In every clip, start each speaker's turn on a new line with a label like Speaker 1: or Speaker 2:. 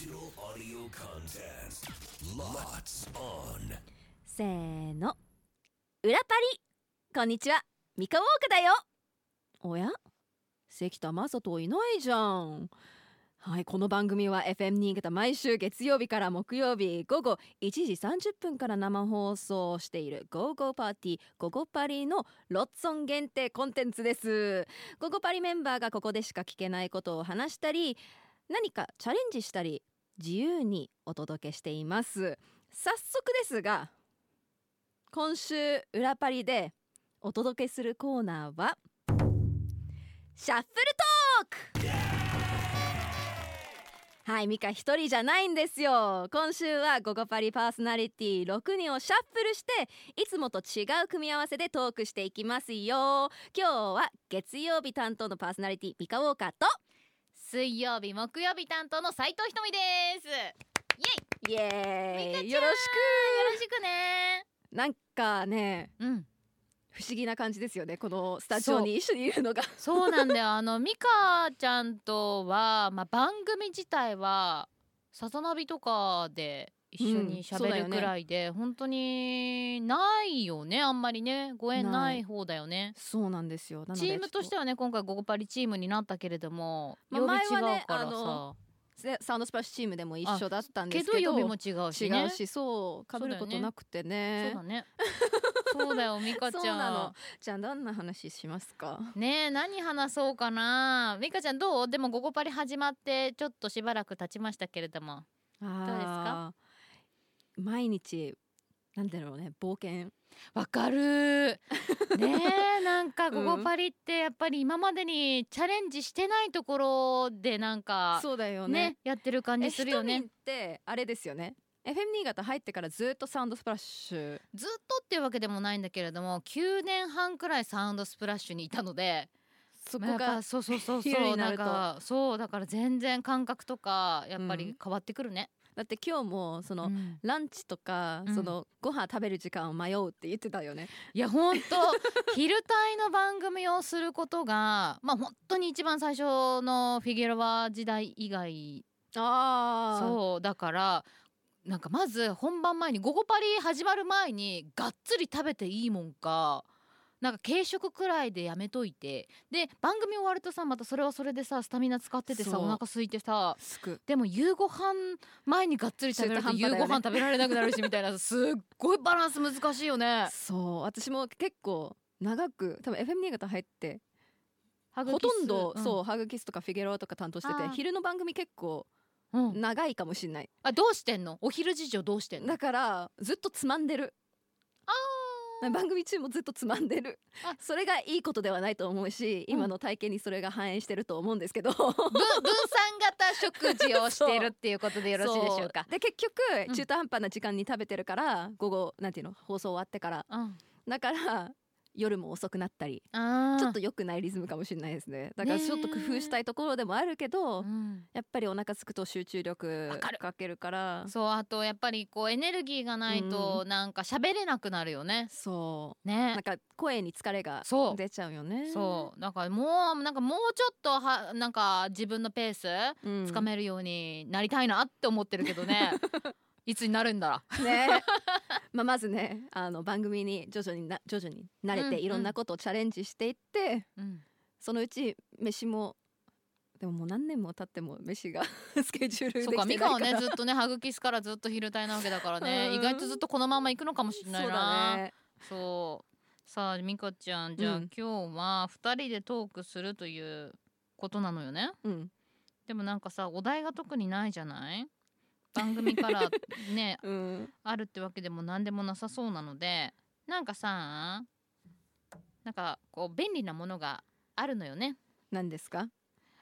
Speaker 1: Audio contest. Lots on.
Speaker 2: せーの裏パリこんにちはミカウォークだよおや関田正人いないじゃんはいこの番組は FM 新潟毎週月曜日から木曜日午後1時30分から生放送している「ゴーゴーパーティーゴゴパリ」のロッツォン限定コンテンツですゴゴパリメンバーがここでしか聞けないことを話したり何かチャレンジしたり自由にお届けしています早速ですが今週裏パリでお届けするコーナーはシャッフルトークはいミカ一人じゃないんですよ今週は「ゴゴパリ」パーソナリティ6人をシャッフルしていつもと違う組み合わせでトークしていきますよ今日は月曜日担当のパーソナリティミカウォーカーと
Speaker 3: 水曜日木曜日担当の斉藤ひとみですイ
Speaker 2: イエ
Speaker 3: エイ
Speaker 2: ーイ
Speaker 3: ミカちゃ
Speaker 2: よろ
Speaker 3: ん
Speaker 2: し
Speaker 3: よろしくね
Speaker 2: くなんかね
Speaker 3: うん
Speaker 2: 不思議な感じですよねこのスタジオに一緒にいるのが
Speaker 3: そうなんだよあのミカちゃんとはまあ番組自体はさざなびとかで一緒
Speaker 2: うん
Speaker 3: に
Speaker 2: そうだ
Speaker 3: 喋
Speaker 2: よ
Speaker 3: る
Speaker 2: ね
Speaker 3: くらいで、本当にないよねあんまりねご縁
Speaker 2: な
Speaker 3: ないい方だよね
Speaker 2: そうなんですよなので
Speaker 3: チームとして
Speaker 2: は
Speaker 3: はね今回「ゴゴパリ」チームになったけれども、
Speaker 2: まあ
Speaker 3: 曜日
Speaker 2: 前は
Speaker 3: 違
Speaker 2: ね
Speaker 3: うから
Speaker 2: あ
Speaker 3: さ
Speaker 2: のサウンドスプラッシュチームでも一緒だったんで
Speaker 3: け
Speaker 2: すけ
Speaker 3: ど
Speaker 2: ど
Speaker 3: 曜日も違うしね
Speaker 2: 違うしそう被ることなくて
Speaker 3: そ
Speaker 2: ね
Speaker 3: うだねそうだよミカちゃん
Speaker 2: そうなのじゃあどんな話しますか
Speaker 3: ねえ何話そうかな美香ちゃんどうでも「ゴゴパリ」始まってちょっとしばらく経ちましたけれども
Speaker 2: どう
Speaker 3: うですか
Speaker 2: 毎日なんだろうね冒険
Speaker 3: わかる ねえなん か「
Speaker 2: う
Speaker 3: ゴ
Speaker 2: ん
Speaker 3: ゴパリ」ってやっぱり今までにチャレンジしてないところでなんか
Speaker 2: そうだよ
Speaker 3: ね
Speaker 2: ね
Speaker 3: やってる感
Speaker 2: え
Speaker 3: じするよ
Speaker 2: ひと
Speaker 3: ね
Speaker 2: みんってあれですよね FM 新潟入ってからずっとサウンドスプラッシュ
Speaker 3: ずっとっていうわけでもないんだけれども9年半くらいサウンドスプラッシュにいたので
Speaker 2: そ
Speaker 3: まあ
Speaker 2: こ
Speaker 3: やっ
Speaker 2: が
Speaker 3: ぱそうそうそう
Speaker 2: 昼
Speaker 3: そ
Speaker 2: に
Speaker 3: う
Speaker 2: な
Speaker 3: な
Speaker 2: る
Speaker 3: ん
Speaker 2: と
Speaker 3: かそうだから全然感覚とかやっぱ
Speaker 2: う
Speaker 3: り
Speaker 2: ん
Speaker 3: 変わってくるね、
Speaker 2: だって今日もその、
Speaker 3: うん
Speaker 2: ランチとか、
Speaker 3: うん
Speaker 2: そのご飯食べる時間を迷うって言ってたよね
Speaker 3: いや本当 昼帯の番組をすることがまあ本当に一番最初のフィギュア時代以外
Speaker 2: あそう
Speaker 3: そうだからなんかまず本番前に「午後パリ」始まる前にがっつり食べていいもんか。なんか軽食くらいでやめといてで番組終わるとさまたそれはそれでさスタミナ使っててさ
Speaker 2: そう
Speaker 3: お腹空いてさ
Speaker 2: すく
Speaker 3: でも夕ご飯前にがっつり食べると
Speaker 2: 中途半端だよ
Speaker 3: 夕
Speaker 2: ね
Speaker 3: ご飯食べられなくなるしみたいなすっごいバランス難しいよね。
Speaker 2: そう私も結構長く多分 FM 新潟入ってほ
Speaker 3: ほ
Speaker 2: とんど、
Speaker 3: う
Speaker 2: そうハグキスとかフィゲロアとか担当してて
Speaker 3: あー
Speaker 2: 昼の番組結構
Speaker 3: うん、
Speaker 2: 長いかもしんない
Speaker 3: あどうしてんのお昼事情どうしてんの
Speaker 2: だからずっとつまんでる
Speaker 3: あ
Speaker 2: 番組中もずっとつまんでる
Speaker 3: あ
Speaker 2: それがいいことではないと思うし
Speaker 3: うん
Speaker 2: 今の体験にそれが反映してると思うんですけ ど
Speaker 3: ぶ分散型食事をしてるっていうことでよろしいでしょうか
Speaker 2: そで結
Speaker 3: う
Speaker 2: 局
Speaker 3: ん
Speaker 2: 中途半端な時間に食べてるから、午後なんていうの放送終わってから
Speaker 3: うん
Speaker 2: だから夜も遅くなったり
Speaker 3: あー
Speaker 2: ちょっと良くないリズムかもしれないですねだから
Speaker 3: ねえ
Speaker 2: ちょっと工夫したいところでもあるけど、
Speaker 3: うん
Speaker 2: やっぱりお腹空くと集中力
Speaker 3: わかる
Speaker 2: かけるから
Speaker 3: そうあとやっぱりこうエネルギーがないとなんか喋れなくなるよね
Speaker 2: そう
Speaker 3: ね
Speaker 2: なんか声に疲れが
Speaker 3: そう
Speaker 2: 出ちゃうよね
Speaker 3: そうだからもうなんかもうちょっとはなんか自分のペース
Speaker 2: うん、
Speaker 3: つかめるようになりたいなって思ってるけ どねいつになるんだら
Speaker 2: ねまあまずねあの番組に徐々にな徐々に慣れ
Speaker 3: うんう
Speaker 2: て
Speaker 3: ん
Speaker 2: いろんなことをチャレンジしていって、
Speaker 3: うん
Speaker 2: そのうち飯もでももう何年も経っても飯が スケジュールでき
Speaker 3: そ
Speaker 2: て
Speaker 3: う
Speaker 2: な
Speaker 3: か
Speaker 2: いから
Speaker 3: ミカはねずっとねハグキスからずっと昼帯なわけだからね、
Speaker 2: うん
Speaker 3: 意外とずっとこのまま行くのかもしれないな
Speaker 2: そうだね
Speaker 3: そうさあミカちゃんじゃあ、
Speaker 2: うん
Speaker 3: 今日は2人でトークするということなのよね
Speaker 2: うん
Speaker 3: でもなんかさお題が特にないじゃない番組から ね
Speaker 2: うん
Speaker 3: あるってわけでも何でもなさそうなのでなんかさなんかこう便利なものがあるのよね
Speaker 2: 何ですか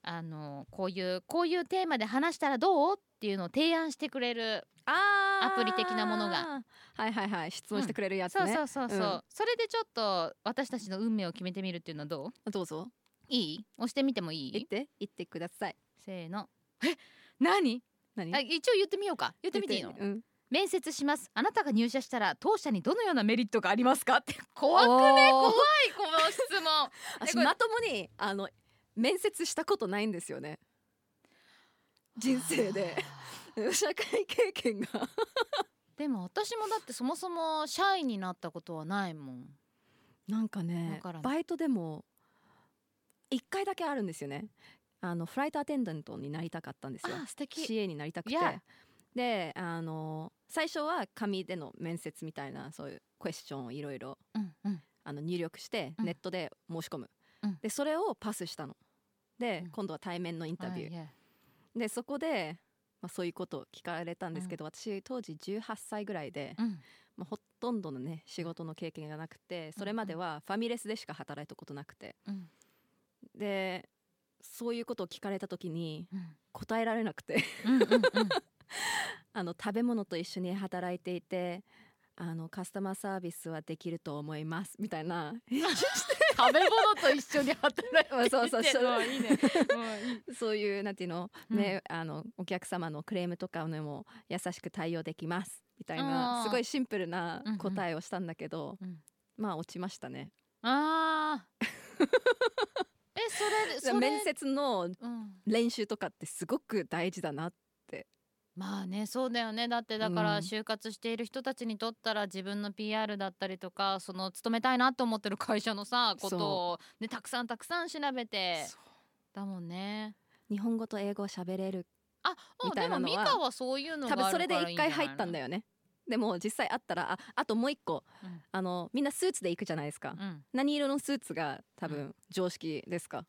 Speaker 3: あのこういうこういうテーマで話したらどうっていうのを提案してくれる
Speaker 2: あー
Speaker 3: アプリ的なものが
Speaker 2: はいはいはい質問してくれるやつ
Speaker 3: そう
Speaker 2: ね、
Speaker 3: そうそうそう、
Speaker 2: うん
Speaker 3: それでちょっと私たちの運命を決めてみるっていうのはどう
Speaker 2: どうぞ
Speaker 3: いい押してみてもい
Speaker 2: 言っ
Speaker 3: い
Speaker 2: て言ってください
Speaker 3: せーのえ何
Speaker 2: 何
Speaker 3: あ一応言ってみようか言ってみていいの
Speaker 2: うん、
Speaker 3: 面接しますあなたが入社したら当社にどのようなメリットがありますかって怖い
Speaker 2: 怖くね
Speaker 3: 怖い
Speaker 2: 怖
Speaker 3: この質問
Speaker 2: 私
Speaker 3: これ
Speaker 2: まともにあの面接したことないんですよね 人生で社会経験が
Speaker 3: でも私もだってそもそも社員になったことはないもん
Speaker 2: なんかね
Speaker 3: わからん
Speaker 2: バイトでも一回だけあるんですよねあのフライトアテンダントになりたかったんですよ
Speaker 3: あ素敵
Speaker 2: CA になりたくて
Speaker 3: Yeah
Speaker 2: であの最初は紙での面接みたいなそういうクエスチョンをいろいろ
Speaker 3: うんうん
Speaker 2: あの入力して
Speaker 3: うん
Speaker 2: ネットで申し込む、
Speaker 3: うん
Speaker 2: でそれをパスしたので、
Speaker 3: うん
Speaker 2: 今度は対面のインタビュー、
Speaker 3: ー
Speaker 2: でそこで、まあ、そういうことを聞かれたんですけど、私当時18歳ぐらいで、
Speaker 3: うん
Speaker 2: まあ、ほとんどのね仕事の経験がなくてそれまではファミレスでしか働いたことなくて
Speaker 3: うん
Speaker 2: でそういうことを聞かれた時に
Speaker 3: うん
Speaker 2: 答えられなくて
Speaker 3: うんうんうん
Speaker 2: あの食べ物と一緒に働いていてあのカスタマーサービスはできると思いますみたいな
Speaker 3: 食べ物と一緒に働いて
Speaker 2: まあ そうそう
Speaker 3: る
Speaker 2: そう
Speaker 3: のいいね。もういい
Speaker 2: そういうなんていうの,、
Speaker 3: うん
Speaker 2: ねあのお客様のクレームとかにも優しく対応できますみたい
Speaker 3: あ
Speaker 2: な
Speaker 3: ー
Speaker 2: すごいシンプルな
Speaker 3: うんうん
Speaker 2: 答えをしたんだけど、
Speaker 3: うん
Speaker 2: まあ落ちましたね。
Speaker 3: ああ。 えそれそれ
Speaker 2: 面接の
Speaker 3: うん。
Speaker 2: 練習とかってすごく大事だな
Speaker 3: まあねそうだよねだってだから
Speaker 2: うん
Speaker 3: 就活している人たちにとったら自分の PR だったりとかその勤めたいなと思ってる会社のさことを、ね、たくさんたくさん調べてだもんね。
Speaker 2: 日本語と英語喋れる
Speaker 3: あお
Speaker 2: みた
Speaker 3: で
Speaker 2: いな
Speaker 3: も
Speaker 2: のは
Speaker 3: ミカはそういうのが
Speaker 2: 多分
Speaker 3: あ
Speaker 2: そ
Speaker 3: る
Speaker 2: れ
Speaker 3: か
Speaker 2: で
Speaker 3: らい
Speaker 2: 一
Speaker 3: いんじゃ
Speaker 2: 回
Speaker 3: ないの
Speaker 2: 入ったんだよねでも実際あったらああともう一個あのみんなスーツで行くじゃないですか、
Speaker 3: うん
Speaker 2: 何色のスーツが多
Speaker 3: う
Speaker 2: 分常識ですか、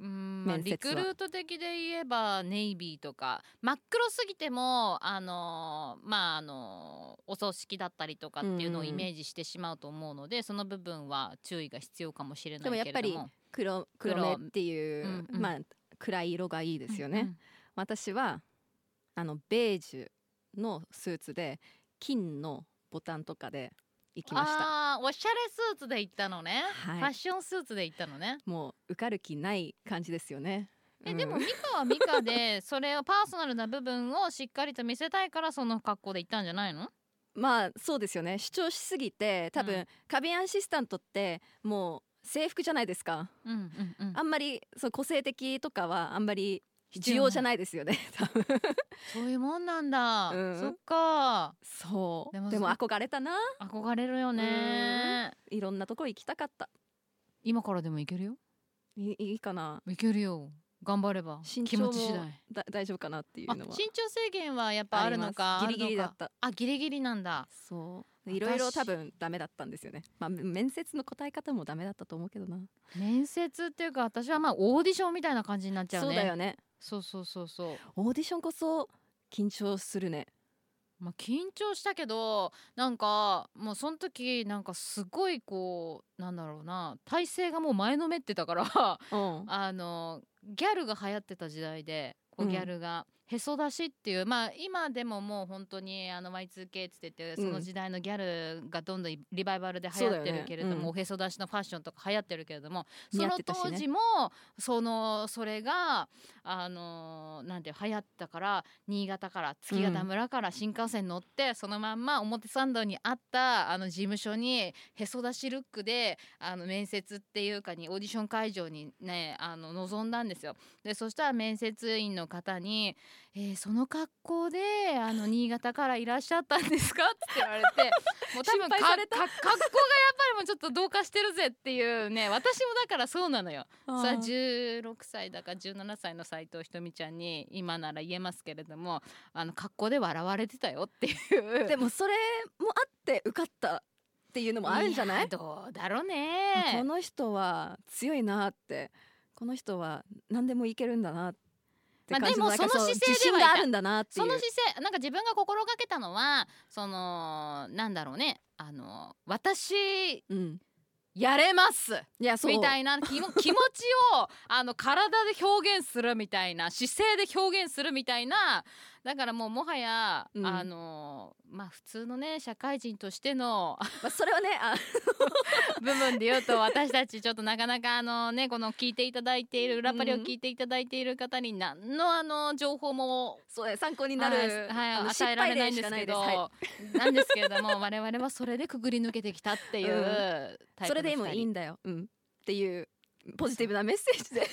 Speaker 3: うんまあ、
Speaker 2: 面
Speaker 3: リ
Speaker 2: 接
Speaker 3: ク
Speaker 2: は
Speaker 3: ルート的で言えばネイビーとか真っ黒すぎてもあのーまああのーお葬式だったりとかっていうのを
Speaker 2: うん
Speaker 3: イメージしてしまうと思うので、その部分は注意が必要かもしれない
Speaker 2: でもやっ
Speaker 3: けれど
Speaker 2: ぱ
Speaker 3: も
Speaker 2: り黒黒
Speaker 3: 黒
Speaker 2: 目っていう、
Speaker 3: うんうん
Speaker 2: まあ暗い色がいいですよね、
Speaker 3: うんうん
Speaker 2: 私はあのベージュのスーツで金のボタンとかで行きました
Speaker 3: あーおしゃれスーツで行ったのね、
Speaker 2: はい
Speaker 3: ファッションスーツで行ったのね
Speaker 2: もう受かる気ない感じですよね
Speaker 3: え、
Speaker 2: うん
Speaker 3: でもミカはミ カでそれをパーソナルな部分をしっかりと見せたいからその格好で行ったんじゃないの
Speaker 2: まあそうですよね主張しすぎて多分、
Speaker 3: う
Speaker 2: カビアンシスタントってもう制服じゃないですか
Speaker 3: うんうんうん
Speaker 2: あんまりそう個性的とかはあんまり需要じゃないですよね多分
Speaker 3: そういうもんなんだ、
Speaker 2: うん
Speaker 3: そっか
Speaker 2: そう
Speaker 3: で
Speaker 2: で
Speaker 3: も
Speaker 2: も
Speaker 3: そ
Speaker 2: 憧れたな
Speaker 3: 憧れるよね
Speaker 2: いろんなとこ行きたかった
Speaker 3: 今からでもいけるよ
Speaker 2: いいいかない
Speaker 3: けるよ頑張れば
Speaker 2: 身
Speaker 3: 気
Speaker 2: 長も
Speaker 3: 持ち次第
Speaker 2: だ大丈夫かなってい
Speaker 3: あ
Speaker 2: う
Speaker 3: 身
Speaker 2: のは
Speaker 3: 長制限はやっぱあるのか
Speaker 2: ありますギリギリだっ
Speaker 3: あるの
Speaker 2: た
Speaker 3: かあギリギリなんだ
Speaker 2: そういろいろ
Speaker 3: 私
Speaker 2: 多分ダメだったんですよねまあ面接の答え方もダメだったと思うけどな
Speaker 3: 面接っていうか私はまあオーディションみたいな感じになっちゃうね
Speaker 2: そうだよね
Speaker 3: そうそうそうそう
Speaker 2: オーディションこそ緊張するね
Speaker 3: まあ緊張したけどなんかもうその時なんかすごいこうなんだろうな体勢がもう前のめってたから
Speaker 2: うん
Speaker 3: あのギャルが流行ってた時代でこう
Speaker 2: うん
Speaker 3: ギャルが、へそ出しっていうまあ今でももう本当にあの Y2K って言って
Speaker 2: う
Speaker 3: そ
Speaker 2: ん
Speaker 3: の時代のギャルがどんどんリバイバルで流
Speaker 2: そうだ
Speaker 3: 行っ
Speaker 2: よ
Speaker 3: て
Speaker 2: ね
Speaker 3: るけれども、
Speaker 2: うん
Speaker 3: おへそ出しのファッションとか流行ってるけれどもそ
Speaker 2: 似合
Speaker 3: の
Speaker 2: ってたしね
Speaker 3: 当時も、そのそれがあのなんていう流行ったから新潟から月形村から新幹線乗って、そのまんま表参道にあったあの事務所にへそ出しルックであの面接っていうかにオーディション会場にねあの臨んだんですよ。でそしたら面接員の方に「えーその格好であの新潟からいらっしゃったんですか?」 って言われ てもう多分
Speaker 2: 心配された
Speaker 3: かか格好がやっぱりもうちょっと同化してるぜっていうね 私もだからそうなのよ。さあ16歳だか17歳の斎藤ひとみちゃんに今なら言えますけれどもあの格好で笑われてたよっ ていう
Speaker 2: でもそれもあって受かったっていうのもあるんじゃない
Speaker 3: やどうだろう
Speaker 2: あこ
Speaker 3: ね
Speaker 2: の人は強いなってこの人は何でもいけるんだなって
Speaker 3: まあ
Speaker 2: 感じの
Speaker 3: でも
Speaker 2: なんか
Speaker 3: その
Speaker 2: う
Speaker 3: 姿勢
Speaker 2: 自信
Speaker 3: ではいた
Speaker 2: があるんだなってい
Speaker 3: そうの姿勢なんか自分が心がけたのはそのなんだろうねあの私
Speaker 2: うん、
Speaker 3: やれます
Speaker 2: いやそう
Speaker 3: みたいな気も気持ちをあの体で表現するみたいな姿勢で表現するみたいなだからもうもはや、
Speaker 2: うん
Speaker 3: あのまあ普通のね社会人としての
Speaker 2: まあ、それはねあ
Speaker 3: 部分で言うと私たちちょっとなかなかあのねこの聞いていただいている裏パリを
Speaker 2: うん
Speaker 3: 聞いていただいている方に何のあの情報も
Speaker 2: そうね参考になる、
Speaker 3: はい
Speaker 2: あ
Speaker 3: はい、
Speaker 2: の
Speaker 3: 与えられないん
Speaker 2: 失敗例し
Speaker 3: です
Speaker 2: か
Speaker 3: け
Speaker 2: い
Speaker 3: ど
Speaker 2: は
Speaker 3: なんですけれども我々はそれでくぐり抜けてきたっていう
Speaker 2: うん
Speaker 3: タイプの二人
Speaker 2: い、それでも いいんだよ、うん、っていうポジティブなメッセージで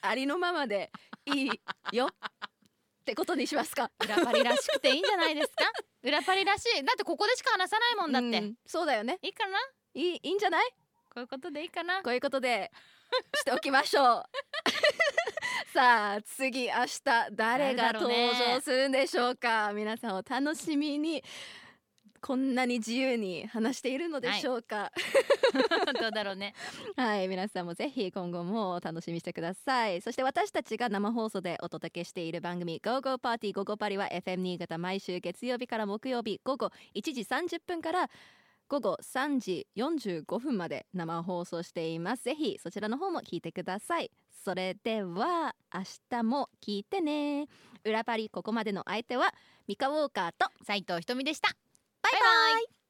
Speaker 2: ありのままでいいよってことにします か
Speaker 3: 裏パリらしくていいんじゃないですか 裏パリらしいだってここでしか話さないもんだって、
Speaker 2: うんそうだよね
Speaker 3: いいかない
Speaker 2: いいいんじゃない
Speaker 3: こういうことでいいかな
Speaker 2: こういうことでしておきましょうさあ次明日誰が
Speaker 3: 誰だろう
Speaker 2: 登
Speaker 3: ね
Speaker 2: 場するんでしょうか皆さんお楽しみにこんなに自由に話しているのでしょうか
Speaker 3: どうだろうね
Speaker 2: はい、皆さんもぜひ今後もお楽しみにしてくださいそして私たちが生放送でお届けしている番組 GoGo パーティー GoGo パリは FM 新潟毎週月曜日から木曜日午後1時30分から午後3時45分まで生放送していますぜひそちらの方も聞いてくださいそれでは明日も聞いてね裏パリここまでの相手はミカウォーカーと
Speaker 3: 斉藤ひとみでした
Speaker 2: バイバイ
Speaker 3: バイバイ